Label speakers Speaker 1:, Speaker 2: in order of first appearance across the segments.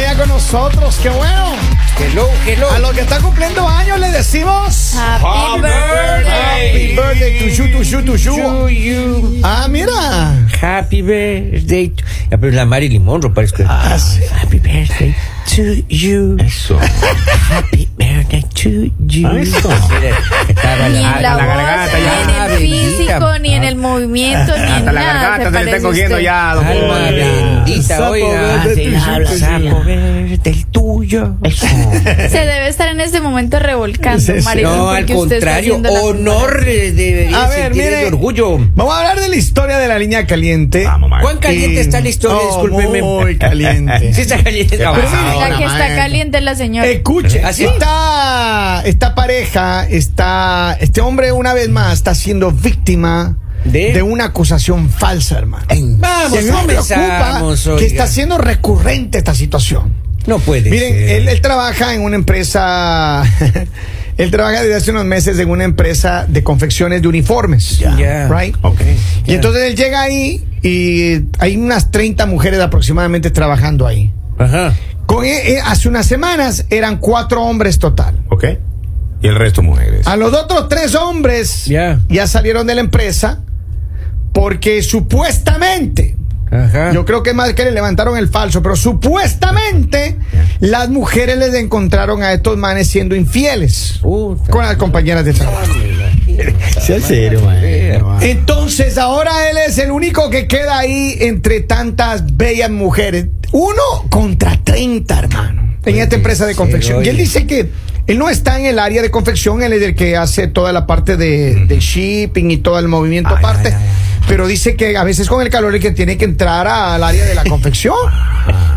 Speaker 1: ya con nosotros. ¡Qué bueno!
Speaker 2: Hello, hello.
Speaker 1: A los que están cumpliendo años le decimos...
Speaker 2: Happy birthday.
Speaker 1: Happy birthday to you, to you, to you.
Speaker 2: To you.
Speaker 1: Ah, mira.
Speaker 2: Happy birthday. to- Ya, pero es la Mari Limón, parece que. Happy birthday to you.
Speaker 3: Eso.
Speaker 2: Happy birthday to you.
Speaker 3: Eso.
Speaker 2: Estaba
Speaker 4: Ni en la, voz, ni en el
Speaker 2: Ah, bendita.
Speaker 4: físico, ni en el movimiento, ni en
Speaker 5: Hasta la
Speaker 4: nada.
Speaker 5: garganta
Speaker 4: se
Speaker 5: se le está
Speaker 4: parece
Speaker 5: cogiendo
Speaker 4: usted.
Speaker 5: ya, don
Speaker 2: Alma
Speaker 5: Poli.
Speaker 2: bendita,
Speaker 1: Sapo
Speaker 2: Ah, oiga. Ah,
Speaker 1: verde
Speaker 2: El
Speaker 1: tuyo, tuyo.
Speaker 2: sapo verde, el tuyo.
Speaker 4: Se debe estar en este momento revolcando,
Speaker 1: Sí, sí.
Speaker 4: Marilyn,
Speaker 2: No,
Speaker 4: porque
Speaker 2: al
Speaker 4: usted está
Speaker 2: contrario,
Speaker 4: haciendo la-
Speaker 2: honor eh, debería
Speaker 1: A ver,
Speaker 2: sentir
Speaker 1: mire.
Speaker 2: ese orgullo.
Speaker 1: Vamos a hablar de la historia de la línea caliente.
Speaker 5: Vamos, Mario.
Speaker 2: ¿Cuán caliente
Speaker 1: Y-
Speaker 2: está la historia?
Speaker 1: Oh,
Speaker 2: Discúlpeme.
Speaker 1: Muy caliente.
Speaker 2: Sí está caliente.
Speaker 5: ¿Qué
Speaker 2: Ah,
Speaker 5: pasa
Speaker 2: bueno.
Speaker 4: Diga
Speaker 5: ahora,
Speaker 4: que está
Speaker 5: madre?
Speaker 4: caliente la señora.
Speaker 1: Escuche,
Speaker 2: ¿Ah, sí?
Speaker 1: está esta pareja, está este hombre una vez más está siendo víctima
Speaker 2: ¿De?
Speaker 1: de, una acusación falsa, hermano.
Speaker 2: Vamos,
Speaker 1: Y a mí me preocupa
Speaker 2: comenzamos, oiga.
Speaker 1: que está siendo recurrente esta situación.
Speaker 2: No puede
Speaker 1: Miren,
Speaker 2: ser.
Speaker 1: él, él trabaja en una empresa, él trabaja desde hace unos meses en una empresa de confecciones de uniformes,
Speaker 2: Ya.
Speaker 1: right?
Speaker 5: Ok.
Speaker 1: Y entonces él llega ahí y hay unas 30 mujeres aproximadamente trabajando ahí.
Speaker 2: Ajá.
Speaker 1: Con, eh, eh, hace unas semanas eran cuatro hombres total.
Speaker 5: Ok. Y el resto mujeres.
Speaker 1: A los otros tres hombres
Speaker 2: Ya.
Speaker 1: ya salieron de la empresa porque supuestamente,
Speaker 2: Ajá.
Speaker 1: yo creo que más que le levantaron el falso, pero supuestamente las mujeres les encontraron a estos manes siendo infieles
Speaker 2: Puta.
Speaker 1: con las compañeras de trabajo.
Speaker 3: Sea serio, man.
Speaker 1: Entonces ahora él es el único que queda ahí entre tantas bellas mujeres. Uno contra 30, hermano. En esta empresa de
Speaker 2: sí,
Speaker 1: confección. Y él
Speaker 2: oye.
Speaker 1: dice que él no está en el área de confección, él es el que hace toda la parte de, de shipping y todo el movimiento
Speaker 2: Ay,
Speaker 1: aparte.
Speaker 2: ay, ay, ay.
Speaker 1: Pero dice que a veces con el calor es que tiene que entrar al área de la confección.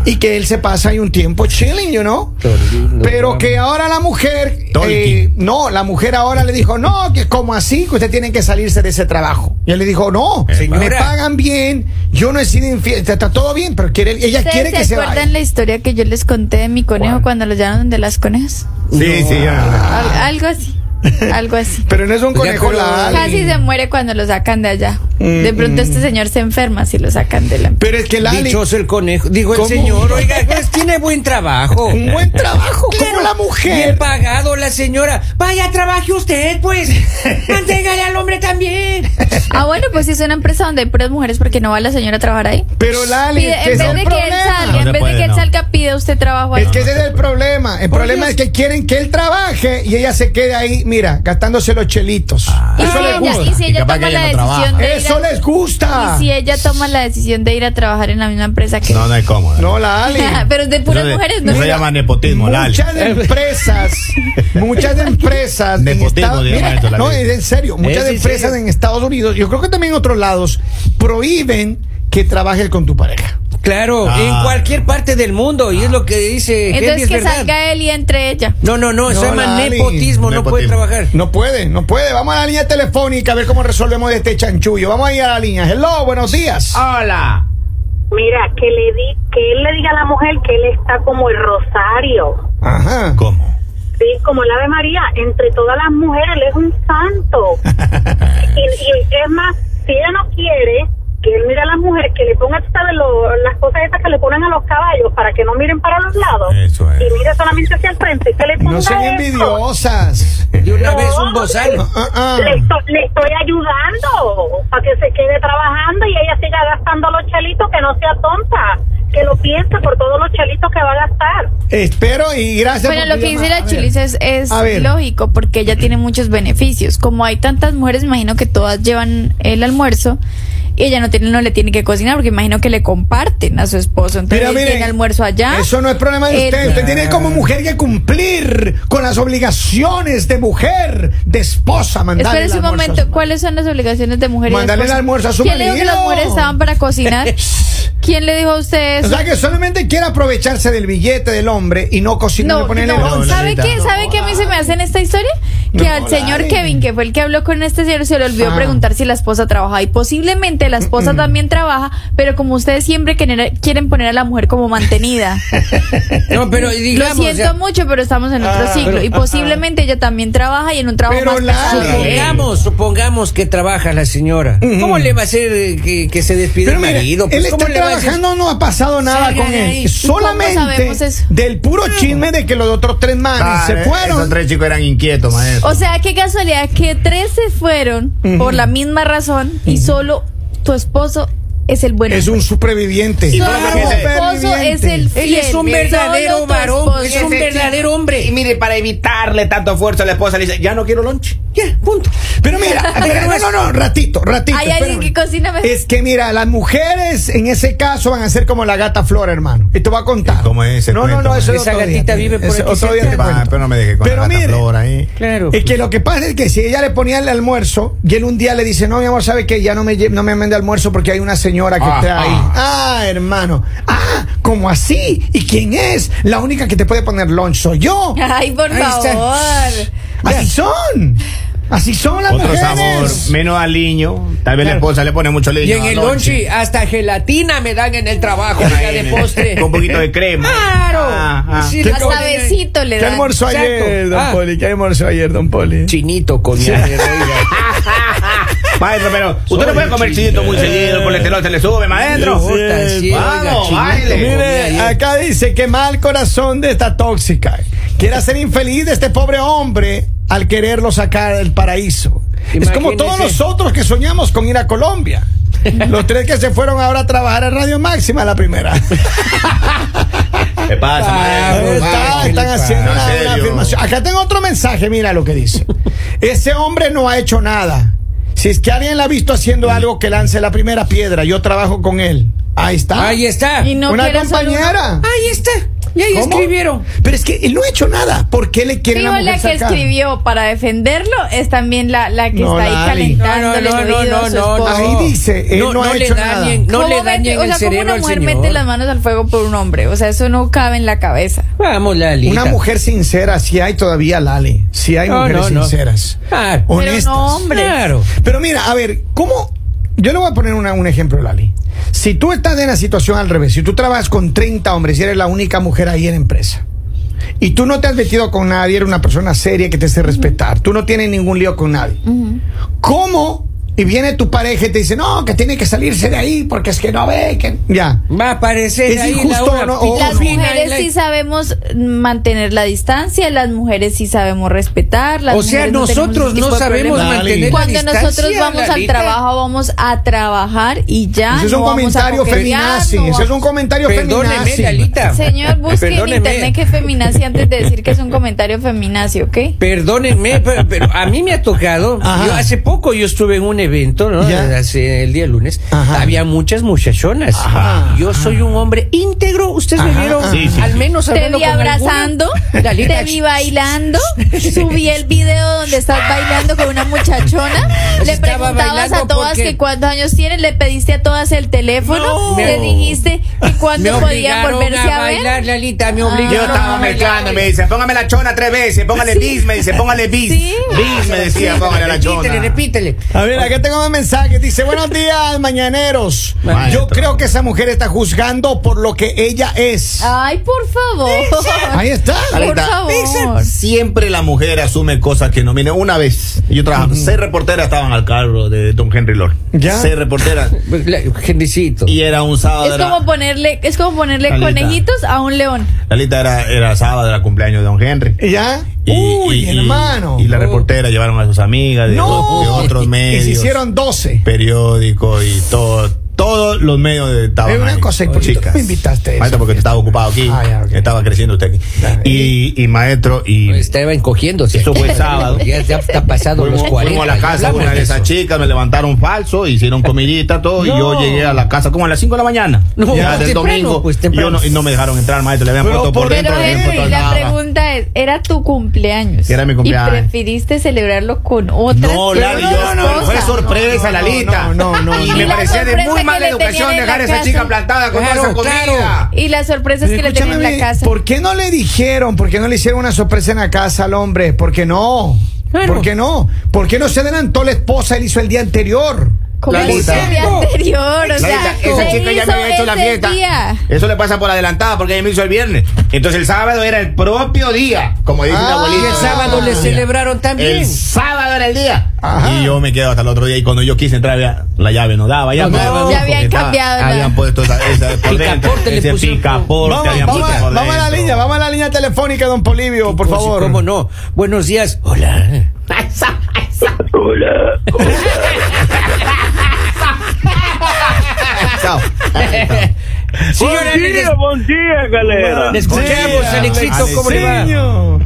Speaker 1: y que él se pasa ahí un tiempo chilling, you know.
Speaker 2: Torino,
Speaker 1: Pero que
Speaker 2: vamos.
Speaker 1: ahora la mujer.
Speaker 5: Tolkien.
Speaker 1: eh, no, la mujer ahora le dijo, no, que como así, que usted tiene que salirse de ese trabajo. Y él le dijo, no,
Speaker 2: Eh,
Speaker 1: me
Speaker 2: Señora.
Speaker 1: pagan bien, yo no he sido infiel, está, está todo bien, pero quiere, ella
Speaker 4: ¿Ustedes
Speaker 1: quiere que
Speaker 4: se
Speaker 1: se
Speaker 4: acuerdan
Speaker 1: vaya.
Speaker 4: la historia que yo les conté de mi conejo
Speaker 5: ¿Cuál?
Speaker 4: cuando lo llamaron de las conejas?
Speaker 5: Sí, sí, ya.
Speaker 4: Al- algo así, algo así.
Speaker 1: Pero no es un
Speaker 2: Pues ya,
Speaker 1: conejo
Speaker 2: pero-
Speaker 1: la-
Speaker 4: Casi se muere cuando lo sacan de allá. De pronto este señor se enferma si lo sacan de la...
Speaker 1: Pero es que Lali,
Speaker 2: Dichoso el conejo. Digo,
Speaker 1: ¿Cómo?
Speaker 2: el señor, oiga, pues tiene buen trabajo.
Speaker 1: un buen trabajo,
Speaker 2: Claro,
Speaker 1: como la
Speaker 2: Bien
Speaker 1: mujer.
Speaker 2: pagado la señora. Vaya, trabaje usted, pues. Manténgale al hombre también.
Speaker 4: Ah, bueno, pues si es una empresa donde hay puras mujeres porque no va la señora a trabajar ahí.
Speaker 1: Pero Lali,
Speaker 4: Pide-
Speaker 1: es que
Speaker 4: en
Speaker 1: ese
Speaker 4: vez
Speaker 1: es
Speaker 4: de
Speaker 1: el
Speaker 4: que él
Speaker 1: problema.
Speaker 4: salga,
Speaker 3: No
Speaker 4: en
Speaker 3: se
Speaker 4: vez de
Speaker 3: puede,
Speaker 4: que él
Speaker 3: no.
Speaker 4: salga, pide usted trabajo ahí.
Speaker 1: Es que ese es el problema. El problema es que quieren que él trabaje y ella se quede ahí, mira, gastándose los chelitos.
Speaker 2: Ah.
Speaker 4: Ah, Y
Speaker 1: Eso
Speaker 4: si
Speaker 1: les
Speaker 4: ella,
Speaker 1: gusta.
Speaker 4: y si
Speaker 3: Y
Speaker 4: ella
Speaker 3: capaz
Speaker 4: toma
Speaker 3: que
Speaker 4: la
Speaker 3: ella no
Speaker 4: decisión
Speaker 3: trabaja.
Speaker 4: de ir
Speaker 1: Eso
Speaker 4: a,
Speaker 1: les gusta.
Speaker 4: y si ella toma la decisión de ir a trabajar en la misma empresa que
Speaker 3: No, no es cómodo.
Speaker 1: No, Lali.
Speaker 4: pero de puras mujeres no
Speaker 3: se llama nepotismo, Lali.
Speaker 1: Muchas empresas, muchas empresas. en
Speaker 3: Nepotismo,
Speaker 1: Estados-
Speaker 3: diría
Speaker 1: Mira,
Speaker 3: Maestro Lavín.
Speaker 1: no, es en serio. Muchas
Speaker 2: Es en
Speaker 1: empresas
Speaker 2: serio.
Speaker 1: en Estados Unidos, yo creo que también en otros lados, prohíben que trabajes con tu pareja.
Speaker 2: Claro,
Speaker 3: Ah.
Speaker 2: en cualquier parte del mundo. Y es lo que dice. Henry,
Speaker 4: entonces
Speaker 2: es
Speaker 4: que
Speaker 2: verdad.
Speaker 4: salga él y entre ella
Speaker 2: No, no, no,
Speaker 1: No,
Speaker 2: se llama
Speaker 1: Lali.
Speaker 2: nepotismo, no puede
Speaker 3: Nepotismo.
Speaker 2: trabajar.
Speaker 1: No puede, no puede. Vamos a la línea telefónica a ver cómo resolvemos este chanchullo. Vamos a ir a la línea. Hello, buenos días.
Speaker 2: Ah.
Speaker 5: Hola.
Speaker 6: Mira, que le di, que él le diga a la mujer que él está como el rosario,
Speaker 1: Ajá.
Speaker 3: ¿Cómo?
Speaker 6: ¿sí? como la Ave María, entre todas las mujeres, él es un santo. y, y es más, si ella no quiere que él mire a las mujeres, que le ponga tú sabes, lo- las cosas estas que le ponen a los caballos para que no miren para los lados
Speaker 3: Eso es.
Speaker 6: y mire solamente hacia el frente, que le ponga
Speaker 1: No sean
Speaker 6: eso.
Speaker 1: envidiosas.
Speaker 2: De una
Speaker 6: No,
Speaker 2: vez un bozal.
Speaker 6: no.
Speaker 1: Ah, ah.
Speaker 6: Le, estoy, le estoy ayudando para que se quede trabajando y ella siga gastando los chelitos, que no sea tonta, que lo piense por todos los chelitos que va a gastar.
Speaker 1: Espero y gracias.
Speaker 4: Bueno,
Speaker 1: por
Speaker 4: lo
Speaker 1: tu
Speaker 4: que dice
Speaker 1: llamada.
Speaker 4: la
Speaker 1: A
Speaker 4: Chulis
Speaker 1: ver.
Speaker 4: es, es
Speaker 1: A ver.
Speaker 4: lógico porque ella tiene muchos beneficios. Como hay tantas mujeres, imagino que todas llevan el almuerzo y ella no tiene no le tiene que cocinar porque imagino que le comparten a su esposo. Entonces
Speaker 1: Mira,
Speaker 4: él
Speaker 1: miren,
Speaker 4: tiene almuerzo allá.
Speaker 1: Eso no es problema de
Speaker 4: Él-
Speaker 1: usted. Usted tiene como
Speaker 2: Ah.
Speaker 1: mujer que cumplir con las obligaciones de mujer, de esposa, mandarle
Speaker 4: Espérese
Speaker 1: el
Speaker 4: un
Speaker 1: almuerzo a
Speaker 4: momento,
Speaker 1: su madre.
Speaker 4: ¿cuáles son las obligaciones de mujeres? Pues,
Speaker 1: Mandarle el almuerzo a su
Speaker 4: ¿Quién le dijo que las
Speaker 1: marido?
Speaker 4: mujeres estaban para cocinar? ¿Quién le dijo a usted
Speaker 1: O
Speaker 4: eso?
Speaker 1: sea que solamente quiere aprovecharse del billete del hombre y no cocinarle,
Speaker 4: No,
Speaker 1: ponerle
Speaker 4: no,
Speaker 1: el once.
Speaker 4: ¿sabe qué? ¿Sabe qué a mí se me hace en esta historia? que al señor Kevin, que fue el que habló con este señor, se le olvidó
Speaker 1: Ah.
Speaker 4: preguntar si la esposa trabaja. Y posiblemente la esposa también trabaja, pero como ustedes siempre querer- quieren poner a la mujer como mantenida.
Speaker 2: No, pero digamos.
Speaker 4: Lo
Speaker 2: o
Speaker 4: siento
Speaker 2: sea,
Speaker 4: mucho, pero estamos en otro
Speaker 1: Ah,
Speaker 4: ciclo.
Speaker 1: pero-
Speaker 4: y posiblemente ella también trabaja y en un trabajo
Speaker 1: Pero
Speaker 4: más
Speaker 1: la-
Speaker 4: pesado que él.
Speaker 2: Supongamos, supongamos que trabaja la señora. ¿Cómo le va a hacer eh, que, que se despida
Speaker 1: Pero
Speaker 2: el
Speaker 1: mira,
Speaker 2: marido? Pues,
Speaker 1: él
Speaker 2: ¿cómo
Speaker 1: está
Speaker 2: le va a decir?
Speaker 1: trabajando, no ha pasado nada
Speaker 2: Salgan
Speaker 1: con
Speaker 2: ahí. ¿Y
Speaker 1: él.
Speaker 2: cómo
Speaker 4: sabemos
Speaker 1: Solamente
Speaker 4: eso?
Speaker 1: del puro chisme de que los otros tres manes
Speaker 5: Ah,
Speaker 1: se
Speaker 5: eh,
Speaker 1: fueron.
Speaker 5: Esos tres chicos eran inquietos, maestro.
Speaker 4: O sea, qué casualidad que tres se fueron por la misma razón y solo tu esposo es el bueno.
Speaker 1: Es un superviviente.
Speaker 4: Solo
Speaker 5: por
Speaker 4: tu
Speaker 5: eso que-
Speaker 4: esposo es el fiel.
Speaker 2: Él es un
Speaker 4: Solo
Speaker 2: verdadero
Speaker 4: tu
Speaker 2: varón, es
Speaker 4: esposo
Speaker 2: un
Speaker 4: el fiel.
Speaker 2: verdadero hombre.
Speaker 5: pues, este, Y mire, para evitarle tanto esfuerzo a la esposa, le dice, ya no quiero lonche.
Speaker 2: Ya, punto.
Speaker 1: Pero mira, mira, no, no, no, ratito, ratito.
Speaker 4: Hay alguien
Speaker 1: espérame.
Speaker 4: que cocina
Speaker 2: Pues
Speaker 4: mejor.
Speaker 1: Es que mira, las mujeres en ese caso van a ser como la gata flora, hermano. Y te voy a contar.
Speaker 5: ¿Y cómo es ese
Speaker 1: No, no,
Speaker 5: cuento,
Speaker 1: no, eso
Speaker 5: man?
Speaker 1: es
Speaker 2: Esa
Speaker 1: otro día.
Speaker 2: gatita vive por
Speaker 1: Ese
Speaker 2: aquí
Speaker 1: Otro día
Speaker 2: cerca.
Speaker 1: te
Speaker 5: Va,
Speaker 1: cuento.
Speaker 5: pero no me deje con
Speaker 1: Pero
Speaker 5: la gata ¿eh?
Speaker 1: mire,
Speaker 5: flor ahí.
Speaker 2: Claro.
Speaker 1: Es que lo que pasa es que si ella le ponía el almuerzo y él un día le dice, no, mi amor, ¿sabe que Ya no me, lle- no me mande almuerzo porque hay una señora que
Speaker 5: Ah,
Speaker 1: está ahí. Ah, hermano. Ah, ¿cómo así? ¿Y quién es? La única que te puede poner lunch soy yo.
Speaker 4: Ay, por
Speaker 2: Ahí está.
Speaker 4: favor.
Speaker 1: Así son. Así son las
Speaker 5: Otro sabor,
Speaker 1: mujeres.
Speaker 5: menos aliño. Tal vez la esposa le pone mucho
Speaker 2: Y
Speaker 5: aliño.
Speaker 2: en
Speaker 5: al
Speaker 2: el lonche hasta gelatina me dan en el trabajo,
Speaker 5: Ahí
Speaker 2: ya de
Speaker 5: en el-
Speaker 2: postre.
Speaker 5: Con un poquito de crema.
Speaker 2: Claro.
Speaker 5: Ah, ah.
Speaker 2: Sí,
Speaker 4: Hasta
Speaker 2: con-
Speaker 4: besito le
Speaker 1: ¿Qué
Speaker 4: dan.
Speaker 1: almuerzo
Speaker 2: Exacto.
Speaker 1: ayer, don
Speaker 2: Ah.
Speaker 1: Poli? ¿Qué almuerzo ayer, don Poli?
Speaker 2: Chinito con mi
Speaker 5: Maestro, pero usted no puede comer chinito muy seguido, el colesterol se le sube, maestro. Vamos, baile.
Speaker 1: Mire, acá dice que mal corazón de esta tóxica. Quiere hacer infeliz de este pobre hombre al quererlo sacar del paraíso. Es como
Speaker 2: Imagínese.
Speaker 1: todos nosotros que soñamos con ir a Colombia. Los tres que se fueron ahora a trabajar a Radio Máxima la primera.
Speaker 5: ¿Qué pasa,
Speaker 1: Ahí Ah,
Speaker 5: maestro?
Speaker 1: está,
Speaker 5: Vamos.
Speaker 1: están haciendo
Speaker 5: No, en
Speaker 1: una buena
Speaker 5: serio.
Speaker 1: afirmación. Acá tengo otro mensaje, mira lo que dice. Ese hombre no ha hecho nada. Si es que alguien la ha visto haciendo algo, que lance la primera piedra. Yo trabajo con él. Ahí está.
Speaker 2: Ahí está.
Speaker 4: Y no
Speaker 1: una
Speaker 4: quiere hacer
Speaker 1: compañera.
Speaker 2: Ahí está. Y ahí
Speaker 1: ¿Cómo?
Speaker 2: escribieron.
Speaker 1: Pero es que él no ha hecho nada. ¿Por qué le quieren
Speaker 4: Digo,
Speaker 1: la
Speaker 4: la
Speaker 1: mujer
Speaker 4: que
Speaker 1: sacar?
Speaker 4: escribió para defenderlo es también la, la que
Speaker 1: No,
Speaker 4: está ahí
Speaker 1: Lali.
Speaker 4: calentándole el oído a su esposo.
Speaker 1: Ahí dice, él no ha
Speaker 2: le
Speaker 1: hecho nada.
Speaker 2: dañen- No
Speaker 4: ¿Cómo
Speaker 2: le
Speaker 4: mete-
Speaker 2: dañen
Speaker 4: o sea,
Speaker 2: el
Speaker 4: ¿cómo
Speaker 2: cerebro
Speaker 4: una
Speaker 2: al
Speaker 4: mujer
Speaker 2: señor.
Speaker 4: mete las manos al fuego por un hombre? O sea, eso no cabe en la cabeza.
Speaker 2: Vamos, Lali.
Speaker 1: Una mujer sincera, si hay todavía, Lali. Si hay
Speaker 2: No,
Speaker 1: mujeres
Speaker 2: no, Ah, no.
Speaker 1: sinceras.
Speaker 2: Claro. Pero
Speaker 1: Honestas.
Speaker 4: no, hombre.
Speaker 2: Claro.
Speaker 1: Pero mira, a ver, ¿cómo? Yo le voy a poner una- un ejemplo, Lali. Si tú estás en la situación al revés, si tú trabajas con 30 hombres y eres la única mujer ahí en la empresa, y tú no te has metido con nadie, eres una persona seria que te hace respetar, tú no tienes ningún lío con nadie, ¿cómo? Y viene tu pareja y te dice, no, que tiene que salirse de ahí porque es que no ve, que... Ya.
Speaker 2: Va a aparecer
Speaker 1: Es
Speaker 2: ahí
Speaker 1: injusto,
Speaker 2: Laura
Speaker 1: ¿no? O-
Speaker 2: Pitufina
Speaker 4: Las
Speaker 2: en
Speaker 4: mujeres
Speaker 2: la-
Speaker 4: sí sabemos mantener la distancia, las mujeres sí sabemos respetar. las
Speaker 2: O sea,
Speaker 4: mujeres tenemos
Speaker 2: nosotros
Speaker 4: ese tipo
Speaker 2: no
Speaker 4: de
Speaker 2: sabemos
Speaker 4: problemas.
Speaker 2: mantener la
Speaker 4: Cuando
Speaker 2: distancia,
Speaker 4: nosotros vamos al
Speaker 2: Lalita.
Speaker 4: trabajo, vamos a trabajar y ya.
Speaker 1: Ese es
Speaker 4: Ah, no
Speaker 1: un
Speaker 4: vamos a
Speaker 1: comentario
Speaker 4: coquetear,
Speaker 1: feminazi.
Speaker 4: no
Speaker 1: Ese es un
Speaker 4: vamos-
Speaker 1: comentario
Speaker 2: Perdóneme,
Speaker 1: feminazi.
Speaker 2: Lalita.
Speaker 4: Señor, busque en
Speaker 2: Perdóneme.
Speaker 4: internet que es feminazi antes de decir que es un comentario feminazi, ¿ok?
Speaker 2: Perdónenme, pero, pero a mí me ha tocado.
Speaker 1: Ajá.
Speaker 2: Yo hace poco yo estuve en un evento, ¿no? Eh,
Speaker 1: Ya.
Speaker 2: Hace el día lunes.
Speaker 1: Ajá.
Speaker 2: Había muchas muchachonas.
Speaker 1: Ajá.
Speaker 2: Yo soy un hombre íntegro. Ustedes me
Speaker 1: Ajá.
Speaker 2: vieron
Speaker 1: Sí, sí,
Speaker 2: al menos
Speaker 4: Te
Speaker 2: hablando
Speaker 4: vi
Speaker 2: con alguna.
Speaker 4: abrazando,
Speaker 2: Lalita,
Speaker 4: te vi bailando, subí el video donde estás bailando con una muchachona, le
Speaker 2: Estaba
Speaker 4: preguntabas a
Speaker 2: bailando
Speaker 4: todas
Speaker 2: porque-
Speaker 4: que cuántos años tienes, le pediste a todas el teléfono,
Speaker 2: No.
Speaker 4: le dijiste que
Speaker 2: me
Speaker 4: cuándo podían
Speaker 2: obligaron
Speaker 4: volverse
Speaker 2: a
Speaker 4: a,
Speaker 2: bailar,
Speaker 4: ver.
Speaker 2: Lalita, me
Speaker 4: Ah.
Speaker 2: obligaron
Speaker 5: Yo estaba
Speaker 2: a
Speaker 5: mezclando y me
Speaker 2: bailar.
Speaker 5: dice, póngame la chona tres veces, póngale bis, me dice, póngale bis.
Speaker 4: Sí.
Speaker 5: Bis, me decía, póngale la
Speaker 2: Repítele,
Speaker 5: chona.
Speaker 2: repítele.
Speaker 1: A ver, acá tengo más mensajes. Dice, buenos días, mañaneros.
Speaker 5: Maestro.
Speaker 1: Yo creo que esa mujer está juzgando por lo que ella es.
Speaker 4: Ay, por favor.
Speaker 1: Ahí está.
Speaker 4: Por favor.
Speaker 5: Siempre la mujer asume cosas que no. Mire, una vez, yo trabajaba, seis reporteras estaban al cargo de Don Henry Lord.
Speaker 1: ¿Ya?
Speaker 5: Seis reporteras.
Speaker 2: Pues, la- Henrycito.
Speaker 5: Y era un sábado.
Speaker 4: Es
Speaker 5: era-
Speaker 4: como ponerle, es como ponerle
Speaker 5: Lalita.
Speaker 4: conejitos a un león.
Speaker 5: La lista era, era sábado, era cumpleaños de Don Henry.
Speaker 1: ¿Ya?
Speaker 5: Y-
Speaker 1: Uy,
Speaker 5: y- y-
Speaker 1: hermano.
Speaker 5: Y la reportera llevaron a sus amigas de,
Speaker 1: no.
Speaker 5: de otros medios.
Speaker 1: Y se hicieron 12.
Speaker 5: periódico y todo, todos los medios de estaban
Speaker 1: Es una
Speaker 5: ahí.
Speaker 1: cosa, ¿y por qué tú
Speaker 5: Chicas.
Speaker 1: me invitaste a
Speaker 5: Maestro,
Speaker 1: eso?
Speaker 5: porque tú estabas ocupado aquí.
Speaker 1: Ah, ya, ok.
Speaker 5: Estaba creciendo usted aquí. Y, y maestro, y
Speaker 2: Estaba encogiéndose.
Speaker 5: eso fue sábado.
Speaker 2: Ya, ya está pasado
Speaker 5: Fuimos,
Speaker 2: los 40.
Speaker 5: fuimos a
Speaker 2: ya
Speaker 5: la casa de
Speaker 2: hablamos
Speaker 5: una de
Speaker 2: de eso.
Speaker 5: esas chicas, me levantaron falso, hicieron comidita, todo, y yo llegué a la casa como a las 5 de la mañana.
Speaker 2: No,
Speaker 5: ya
Speaker 2: pues
Speaker 5: del
Speaker 2: temprano,
Speaker 5: domingo.
Speaker 2: pues
Speaker 5: y, yo
Speaker 2: temprano.
Speaker 5: no, y no me dejaron entrar, maestro, le habían
Speaker 1: Pero
Speaker 5: puesto por
Speaker 1: ¿por
Speaker 5: dentro.
Speaker 4: Pero
Speaker 5: le habían
Speaker 4: Henry,
Speaker 5: puesto
Speaker 4: la
Speaker 5: nada.
Speaker 4: pregunta es, era tu cumpleaños.
Speaker 5: Era mi cumpleaños.
Speaker 4: Y preferiste celebrarlo con otra.
Speaker 5: No, Lali,
Speaker 1: no,
Speaker 5: yo
Speaker 1: no,
Speaker 5: no, fue
Speaker 1: no,
Speaker 5: sorpresa,
Speaker 1: no,
Speaker 5: la
Speaker 1: no,
Speaker 5: lista.
Speaker 1: no, no, no,
Speaker 5: y
Speaker 1: no.
Speaker 5: me
Speaker 4: Y la
Speaker 5: parecía de
Speaker 4: sorpresa
Speaker 5: muy
Speaker 4: que
Speaker 5: mala
Speaker 4: le tenían
Speaker 5: educación
Speaker 4: en la
Speaker 5: dejar a esa
Speaker 4: casa.
Speaker 5: chica plantada con
Speaker 2: Claro,
Speaker 5: toda esa comida.
Speaker 2: claro.
Speaker 4: Y las sorpresas que le
Speaker 1: Escúchame
Speaker 4: tienen en la
Speaker 1: bien,
Speaker 4: casa.
Speaker 1: ¿Por qué no le dijeron? ¿Por qué no le hicieron una sorpresa en la casa al hombre? ¿Por qué no?
Speaker 2: Claro.
Speaker 1: ¿Por qué no? ¿Por qué no se adelantó la esposa? Él hizo el día anterior.
Speaker 4: Como
Speaker 5: La
Speaker 4: el
Speaker 5: lista.
Speaker 4: día anterior, o
Speaker 5: La
Speaker 4: sea,
Speaker 5: neta, esa
Speaker 4: se
Speaker 5: chica ya
Speaker 4: hizo
Speaker 5: me había hecho la
Speaker 4: ese
Speaker 5: fiesta.
Speaker 4: día.
Speaker 5: Eso le pasa por adelantada porque ella me hizo el viernes. Entonces el sábado era el propio día, como dice
Speaker 1: Ah,
Speaker 5: la
Speaker 2: Y
Speaker 5: abuelita.
Speaker 2: el sábado le celebraron también.
Speaker 5: El sábado era el día.
Speaker 1: Ajá.
Speaker 5: Y yo me quedo hasta el otro día. Y cuando yo quise entrar, ya- la llave no daba. Ya,
Speaker 2: No,
Speaker 5: me-
Speaker 2: ya
Speaker 5: porque
Speaker 4: habían
Speaker 5: estaba-
Speaker 4: cambiado la-
Speaker 5: Habían puesto esa, esa por dentro,
Speaker 2: Picaporte le
Speaker 5: ese
Speaker 2: pusieron.
Speaker 5: picaporte.
Speaker 1: Vamos,
Speaker 5: habían
Speaker 1: vamos,
Speaker 5: puesto por
Speaker 1: vamos a la
Speaker 5: dentro.
Speaker 1: línea, vamos a la línea telefónica, don Polivio, por
Speaker 2: Pues,
Speaker 1: favor.
Speaker 2: ¿Cómo no? Buenos días. Hola.
Speaker 7: Hola,
Speaker 5: Chao.
Speaker 2: Señora,
Speaker 7: buen día, buen día, galera.
Speaker 2: le escuchamos,
Speaker 1: Sí,
Speaker 2: Alexito, ¿cómo le va?
Speaker 1: Señor.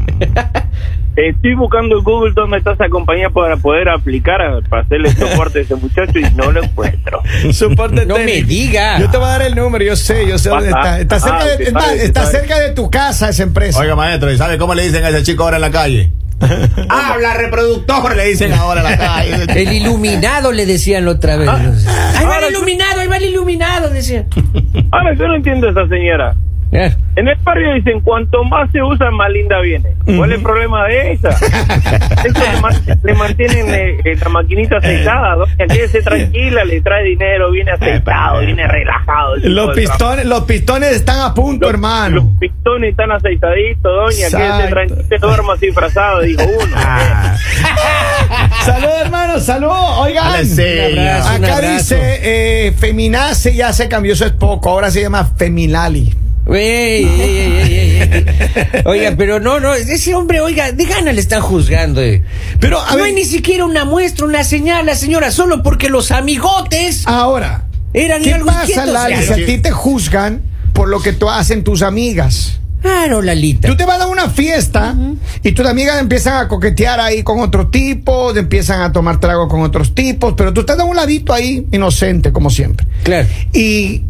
Speaker 7: Estoy buscando en Google dónde está esa compañía para poder aplicar a- para hacerle soporte a ese muchacho y no lo encuentro.
Speaker 1: Soporte
Speaker 2: No me
Speaker 1: técnico.
Speaker 2: diga.
Speaker 1: Yo te voy a dar el número, yo sé, yo sé dónde está.
Speaker 7: Ajá.
Speaker 1: Está cerca,
Speaker 7: Ah,
Speaker 1: de,
Speaker 7: sí,
Speaker 1: es más,
Speaker 7: sabe, sí,
Speaker 1: está
Speaker 7: sabe.
Speaker 1: cerca de tu casa esa empresa.
Speaker 5: Oiga, maestro, ¿y sabe cómo le dicen a ese chico ahora en la calle? Habla reproductor, le dicen ahora en la calle.
Speaker 2: El iluminado le decían la otra vez. Ahí va el iluminado, ahí va el iluminado, decían.
Speaker 7: Ahora, Ah, yo no entiendo a esa señora.
Speaker 2: Eh,
Speaker 7: En el barrio dicen, cuanto más se usa, más linda viene. ¿Cuál es el problema de esa? Eso le, man- le mantienen eh, eh, la maquinita aceitada. ¿no? Quédese tranquila, le trae dinero, viene aceitado, viene relajado.
Speaker 1: los
Speaker 7: Tipo de trabajo.
Speaker 1: pistones, los pistones están a punto,
Speaker 7: Los-
Speaker 1: hermano.
Speaker 7: Los pistones están aceitaditos, doña.
Speaker 1: Exacto.
Speaker 7: Quédese tranquila, duerma disfrazado, dijo uno.
Speaker 5: Ah,
Speaker 1: Saludos, hermano, saludos. Oigan,
Speaker 5: Dale, señor.
Speaker 2: Un
Speaker 1: acá
Speaker 2: abrazo.
Speaker 1: dice eh, Feminace, ya se cambió, eso es poco. Ahora se llama Feminali.
Speaker 2: ey, ey, ey, ey, ey, ey. eh, Oiga, pero no, no, ese hombre, oiga, de gana le están juzgando. eh.
Speaker 1: Pero a
Speaker 2: no
Speaker 1: ver,
Speaker 2: hay ni siquiera una muestra, una señal, la señora, solo porque los amigotes
Speaker 1: Ah. ahora,
Speaker 2: eran
Speaker 1: ¿qué
Speaker 2: algo
Speaker 1: pasa,
Speaker 2: inquietos.
Speaker 1: Lali, si
Speaker 2: Claro,
Speaker 1: a ti te juzgan por lo que tú hacen tus amigas?
Speaker 2: Claro, Ah, Lalita.
Speaker 1: Tú te vas a una fiesta y tus amigas empiezan a coquetear ahí con otro tipo, te empiezan a tomar trago con otros tipos, pero tú estás a un ladito ahí, inocente, como siempre.
Speaker 2: Claro.
Speaker 1: Y,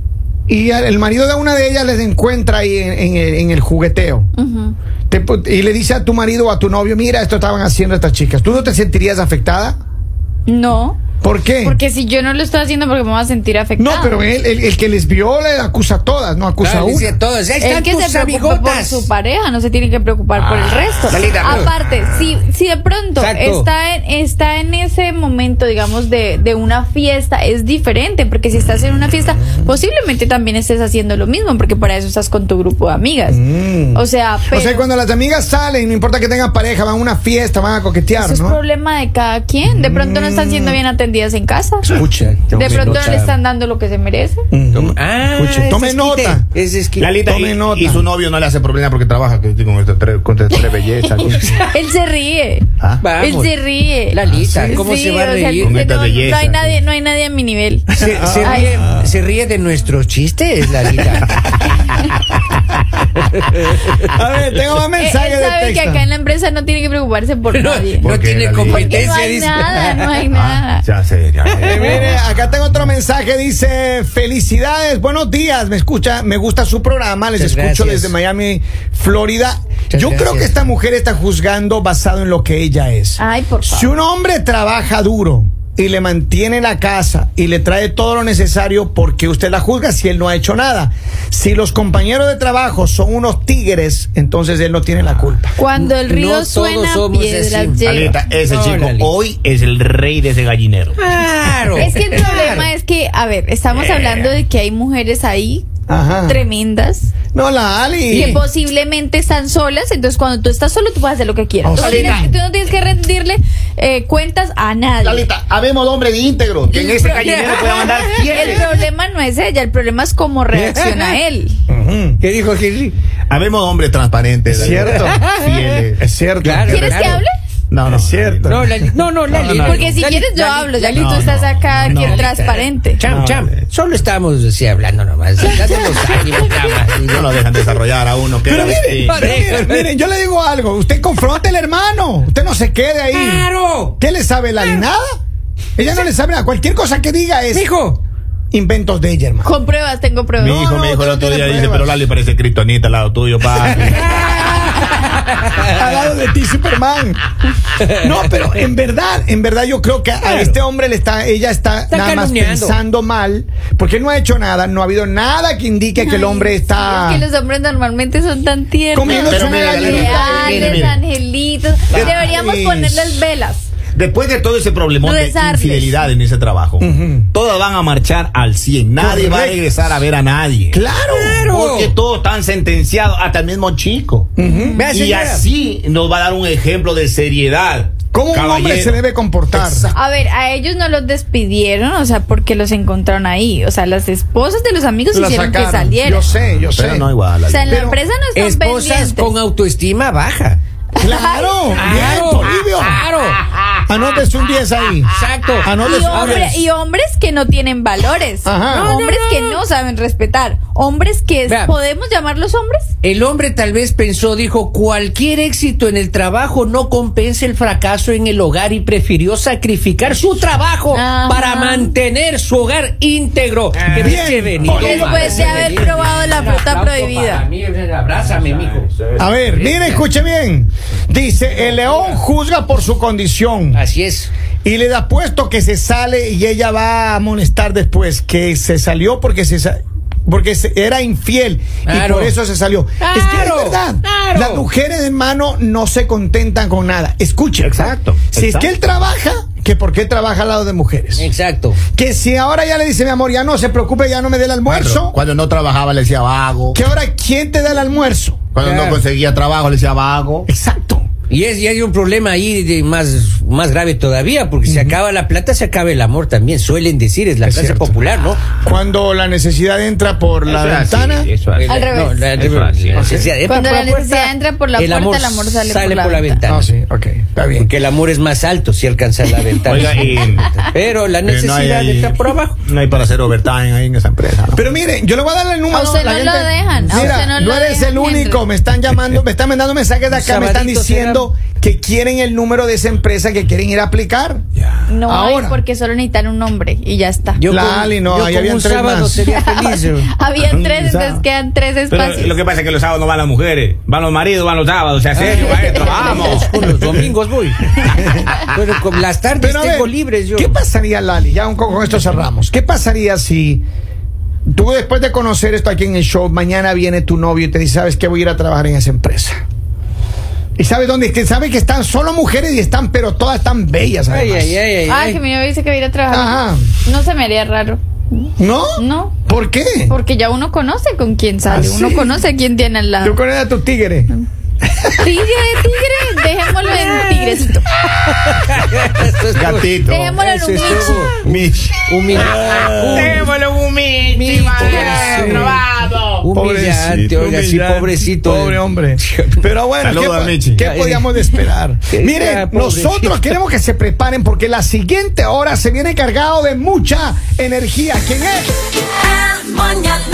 Speaker 1: y al- el marido de una de ellas les encuentra ahí en, en el, en el jugueteo.
Speaker 4: Ujú.
Speaker 1: Te pu- y le dice a tu marido o a tu novio, mira, esto estaban haciendo estas chicas. ¿Tú no te sentirías afectada?
Speaker 4: No,
Speaker 1: ¿Por qué?
Speaker 4: porque si yo no lo estoy haciendo porque me voy a sentir
Speaker 1: Eh. no,
Speaker 4: afectada.
Speaker 1: pero él, el, el que les vio le acusa a todas, no acusa
Speaker 2: Claro,
Speaker 1: a
Speaker 2: dice a
Speaker 1: una.
Speaker 2: todos, ahí
Speaker 4: El
Speaker 2: están
Speaker 4: que se
Speaker 2: tus
Speaker 4: preocupa por
Speaker 2: amigotas.
Speaker 4: su pareja, no se tiene que preocupar por el resto.
Speaker 2: Lalita, pero-
Speaker 4: Aparte, si, si de pronto
Speaker 2: Exacto.
Speaker 4: está en, está en ese momento, digamos, de, de una fiesta, es diferente, porque si estás en una fiesta, posiblemente también estés haciendo lo mismo, porque para eso estás con tu grupo de amigas. O sea, pero
Speaker 1: O sea, cuando las amigas salen, no importa que tengan pareja, van a una fiesta, van a coquetear,
Speaker 4: eso es
Speaker 1: ¿no?
Speaker 4: problema de cada quien. De pronto no están siendo bien atendidas en casa.
Speaker 2: Escucha,
Speaker 4: De
Speaker 2: tome
Speaker 4: pronto no
Speaker 2: nota.
Speaker 4: le están dando lo que se merece.
Speaker 2: Toma- Ah,
Speaker 1: Escuche,
Speaker 2: es
Speaker 1: tome
Speaker 2: esquite,
Speaker 1: nota.
Speaker 2: Es esquite.
Speaker 5: Lalita,
Speaker 1: Tome
Speaker 5: y,
Speaker 1: nota.
Speaker 5: y su novio no le hace problema porque trabaja con estas tres, con estas tres bellezas. con-
Speaker 4: Él se ríe.
Speaker 5: Ah.
Speaker 2: Vamos.
Speaker 4: Él se ríe. Ah,
Speaker 2: Lalita, ¿cómo
Speaker 4: Sí,
Speaker 2: se va a
Speaker 4: o sea,
Speaker 2: reír?
Speaker 4: dice,
Speaker 5: Con esta
Speaker 4: no, no
Speaker 5: belleza".
Speaker 4: hay nadie, no hay nadie a mi nivel. Eh,
Speaker 2: Se, se
Speaker 4: Ay.
Speaker 2: ríe, se ríe de nuestros chistes, Lalita.
Speaker 1: A ver, tengo más
Speaker 4: Él él
Speaker 1: mensajes de
Speaker 4: sabe que
Speaker 1: texto.
Speaker 4: acá en la empresa no tiene que preocuparse por
Speaker 2: No,
Speaker 4: nadie.
Speaker 2: no
Speaker 5: ¿Por qué,
Speaker 2: tiene
Speaker 5: Lalita?
Speaker 4: Porque
Speaker 2: competencia.
Speaker 4: no hay
Speaker 2: dice.
Speaker 4: nada, no
Speaker 1: Ah,
Speaker 4: hay nada.
Speaker 5: Ah, Ya sé, ya sé.
Speaker 1: Eh, mire, acá tengo otro mensaje, dice, felicidades, buenos días, me escucha, me gusta su programa, les
Speaker 2: Muchas
Speaker 1: escucho
Speaker 2: gracias.
Speaker 1: desde Miami, Florida.
Speaker 2: Muchas
Speaker 1: Yo creo
Speaker 2: gracias.
Speaker 1: que esta mujer está juzgando basado en lo que ella es.
Speaker 4: Ay, por favor.
Speaker 1: Si un hombre trabaja duro y le mantiene la casa y le trae todo lo necesario, ¿por qué usted la juzga si él no ha hecho nada? Si los compañeros de trabajo son unos tigres, entonces él no tiene la culpa.
Speaker 4: Cuando el
Speaker 2: No
Speaker 4: río
Speaker 2: todos
Speaker 4: suena,
Speaker 2: somos así.
Speaker 4: piedras lleva.
Speaker 5: Lalita, ese
Speaker 2: No,
Speaker 5: chico
Speaker 2: Lalita.
Speaker 5: hoy es el rey de ese gallinero.
Speaker 2: Claro. Eh.
Speaker 4: Es que el problema es que, a ver, estamos hablando de que hay mujeres ahí
Speaker 1: Ajá.
Speaker 4: tremendas
Speaker 1: No, la Ali.
Speaker 4: que posiblemente están solas, entonces cuando tú estás solo tú puedes hacer lo que quieras.
Speaker 1: O
Speaker 4: tú, no
Speaker 1: sea,
Speaker 4: tienes, tú no tienes que rendirle eh, cuentas a nadie.
Speaker 5: Lalita, habemos hombre de íntegro que en este ese gallinero pueda mandar
Speaker 4: El
Speaker 5: fieles.
Speaker 4: problema no es ella, el problema es cómo reacciona él.
Speaker 1: Ujú.
Speaker 2: ¿Qué dijo Henry?
Speaker 5: Habemos hombres transparentes.
Speaker 1: Es
Speaker 5: Lalita.
Speaker 1: cierto.
Speaker 5: Fieles.
Speaker 1: Es cierto.
Speaker 2: Claro.
Speaker 4: ¿Quieres que hable?
Speaker 5: No, no.
Speaker 1: Es cierto.
Speaker 2: No, Lali- no, no, Lali.
Speaker 4: Porque si
Speaker 2: Lali-
Speaker 4: quieres yo
Speaker 2: Lali-
Speaker 4: hablo, ya que
Speaker 2: Lali-
Speaker 4: tú
Speaker 5: no,
Speaker 4: estás acá
Speaker 5: no,
Speaker 4: aquí
Speaker 5: no.
Speaker 4: transparente.
Speaker 2: Cham, cham. Solo estamos así hablando nomás. Dándonos ánimo, nada más.
Speaker 5: No lo dejan desarrollar a uno. que este,
Speaker 1: Pero
Speaker 5: era
Speaker 1: mire,
Speaker 5: distinto.
Speaker 1: pero mire, mire, yo le digo algo. Usted confronte al hermano. Usted no se quede ahí.
Speaker 2: ¡Claro!
Speaker 1: ¿Qué le sabe la ni nada? Ella no le sabe nada. Cualquier cosa que diga es
Speaker 2: Mijo,
Speaker 1: inventos de ella, hermano.
Speaker 4: Con pruebas, tengo pruebas.
Speaker 5: Mi hijo
Speaker 1: no,
Speaker 5: me dijo el
Speaker 1: tú no
Speaker 5: otro
Speaker 1: tienes
Speaker 5: día, dice,
Speaker 1: pruebas.
Speaker 5: pero Lali parece kriptonita al lado tuyo, papi.
Speaker 1: Al lado de ti, Superman. No, pero en verdad, en verdad yo creo que a
Speaker 2: Claro.
Speaker 1: este hombre le está, ella está,
Speaker 2: Está
Speaker 1: nada más
Speaker 2: calumniando.
Speaker 1: pensando mal, porque no ha hecho nada, no ha habido nada que indique que el hombre está.
Speaker 4: Es que los hombres normalmente son tan tiernos.
Speaker 1: Comiendo Pero su mire, gallinita. mire,
Speaker 4: Reales,
Speaker 5: mire.
Speaker 4: angelitos.
Speaker 5: Ay.
Speaker 4: Deberíamos ponerles velas.
Speaker 5: Después de todo ese problemón
Speaker 4: Rezarles.
Speaker 5: de infidelidad en ese trabajo, todas van a marchar al 100. Nadie va a
Speaker 1: Correcto.
Speaker 5: regresar a ver a nadie.
Speaker 1: Claro.
Speaker 5: Porque todos están sentenciados, hasta el mismo chico.
Speaker 2: Vea,
Speaker 5: Y
Speaker 2: señora.
Speaker 5: así nos va a dar un ejemplo de seriedad.
Speaker 1: ¿Cómo un hombre
Speaker 5: caballero.
Speaker 1: se debe comportar?
Speaker 4: A ver, a ellos no los despidieron, o sea, porque los encontraron ahí. O sea, las esposas de los amigos
Speaker 1: La
Speaker 4: hicieron que
Speaker 1: sacaron.
Speaker 4: salieran.
Speaker 1: Yo sé, yo
Speaker 5: Pero
Speaker 1: sé.
Speaker 5: no igual.
Speaker 4: O sea, en la
Speaker 1: Pero
Speaker 4: empresa no están
Speaker 2: Esposas
Speaker 4: pendientes.
Speaker 2: con autoestima baja.
Speaker 1: Claro, bien,
Speaker 4: Ah,
Speaker 1: Toribio.
Speaker 2: claro.
Speaker 1: Anótese pues un 10 ahí.
Speaker 2: Exacto.
Speaker 1: Anótese
Speaker 4: Y,
Speaker 1: un
Speaker 4: hombre-
Speaker 1: 10.
Speaker 4: y hombres que no tienen valores.
Speaker 1: Ajá. No, no,
Speaker 4: Hombres que no saben respetar. Hombres que es-
Speaker 2: Vea.
Speaker 4: podemos llamarlos hombres.
Speaker 2: El hombre tal vez pensó, dijo, cualquier éxito en el trabajo no compensa el fracaso en el hogar y prefirió sacrificar su trabajo
Speaker 4: Ajá.
Speaker 2: para mantener su hogar íntegro. Que
Speaker 1: bien,
Speaker 2: viste venir.
Speaker 1: Bolívar.
Speaker 4: Después de haber
Speaker 2: Viste venir.
Speaker 4: probado la
Speaker 2: Un
Speaker 4: fruta
Speaker 2: aplauso
Speaker 4: prohibida.
Speaker 2: para mí, abrázame, mijo.
Speaker 1: A ver, mire, escuche bien. Dice, el león juzga por su condición
Speaker 2: Así Ah, es.
Speaker 1: y le da puesto que se sale y ella va a amonestar después que se salió porque se sa- porque se- era infiel y
Speaker 2: Claro.
Speaker 1: por eso se salió. es que es
Speaker 2: Claro,
Speaker 1: verdad.
Speaker 2: claro.
Speaker 1: Las mujeres, hermano, no se contentan con nada. Escuche.
Speaker 5: Exacto,
Speaker 1: Si es
Speaker 5: exacto.
Speaker 1: que él trabaja, que por qué trabaja al lado de mujeres.
Speaker 2: Exacto.
Speaker 1: Que si ahora ya le dice, mi amor, ya no se preocupe, ya no me dé el almuerzo.
Speaker 5: Cuando, cuando no trabajaba le decía vago.
Speaker 1: Que ahora, ¿quién te da el almuerzo?
Speaker 5: Cuando
Speaker 2: Claro.
Speaker 5: no conseguía trabajo le decía vago.
Speaker 1: Exacto.
Speaker 2: Y, es, y hay un problema ahí de más, más grave todavía, porque se acaba la plata, se acaba el amor también. Suelen decir, es la
Speaker 1: Es
Speaker 2: frase
Speaker 1: cierto.
Speaker 2: popular, ¿no?
Speaker 1: Cuando la necesidad entra por la ventana. Ah,
Speaker 2: El-
Speaker 4: Al revés.
Speaker 2: no, la-
Speaker 5: Es fácil.
Speaker 2: la necesidad entra
Speaker 4: Cuando
Speaker 2: por
Speaker 4: la necesidad entra por la puerta, el amor sale por la
Speaker 2: ventana.
Speaker 1: Ah, sí, ok, está bien.
Speaker 2: Porque el amor es más alto si alcanza la ventana.
Speaker 5: Oiga,
Speaker 1: eh,
Speaker 5: y-
Speaker 2: Pero la
Speaker 5: que no hay
Speaker 2: necesidad
Speaker 5: ahí-
Speaker 2: entra por abajo.
Speaker 5: No hay para hacer overtime ahí en esa empresa. ¿no?
Speaker 1: Pero mire, yo le voy a dar el número.
Speaker 4: A usted
Speaker 1: la
Speaker 4: no lo dejan, a
Speaker 1: Mira,
Speaker 4: usted no
Speaker 1: no
Speaker 4: lo
Speaker 1: eres
Speaker 4: dejan,
Speaker 1: el único.
Speaker 4: Henry.
Speaker 1: Me están llamando, me están mandando mensajes de acá, me están
Speaker 2: Sabadito
Speaker 1: diciendo que quieren el número de esa empresa que quieren ir a aplicar.
Speaker 4: No, hay,
Speaker 1: Ahora.
Speaker 4: porque solo necesitan un hombre y ya está.
Speaker 1: La Ali, no,
Speaker 2: yo
Speaker 1: ahí
Speaker 2: con
Speaker 1: habían
Speaker 2: un
Speaker 1: tres
Speaker 2: sábado
Speaker 1: más.
Speaker 2: sería feliz.
Speaker 4: Había tres, entonces quedan tres
Speaker 5: Pero
Speaker 4: espacios.
Speaker 5: lo que pasa es que los sábados no van las mujeres, van los maridos, van los sábados, se hace maestro, vamos.
Speaker 2: Con los domingos voy. Pero con las tardes
Speaker 1: Pero a
Speaker 2: tengo
Speaker 1: ver,
Speaker 2: libres yo.
Speaker 1: ¿Qué pasaría, Lali? Ya con, con esto cerramos. ¿Qué pasaría si tú después de conocer esto aquí en el show, mañana viene tu novio y te dice, ¿sabes qué? Voy a ir a trabajar en esa empresa. Y sabes dónde, que sabe que están solo mujeres y están, pero todas están bellas.
Speaker 2: Ay,
Speaker 1: además.
Speaker 2: ay, ay, ay,
Speaker 4: ah,
Speaker 2: ay.
Speaker 4: que mi novio dice que va a ir a trabajar.
Speaker 1: Ajá.
Speaker 4: No se me haría raro.
Speaker 1: ¿No?
Speaker 4: No.
Speaker 1: ¿Por qué?
Speaker 4: Porque ya uno conoce con quién sale,
Speaker 1: Ah,
Speaker 4: uno
Speaker 1: sí.
Speaker 4: conoce a quién tiene al
Speaker 1: Yo
Speaker 4: lado.
Speaker 1: con a tu tigre.
Speaker 4: Tigre, tigre, dejémoslo en tigrecito.
Speaker 2: Esto es-
Speaker 5: Gatito.
Speaker 4: Dejémoslo en
Speaker 2: Eso
Speaker 4: un
Speaker 2: es
Speaker 4: bicho.
Speaker 2: todo.
Speaker 5: Mich.
Speaker 2: Humillante.
Speaker 5: humilde,
Speaker 2: maestro, Humillante, oiga, sí, pobrecito.
Speaker 1: Pobre hombre. Pero bueno,
Speaker 5: Saludo a
Speaker 1: ¿qué,
Speaker 5: Michi.
Speaker 1: po- qué podíamos esperar?
Speaker 2: Qué
Speaker 1: Miren,
Speaker 2: pobrecito.
Speaker 1: nosotros queremos que se preparen porque la siguiente hora se viene cargado de mucha energía. ¿Quién es?
Speaker 8: El mañanero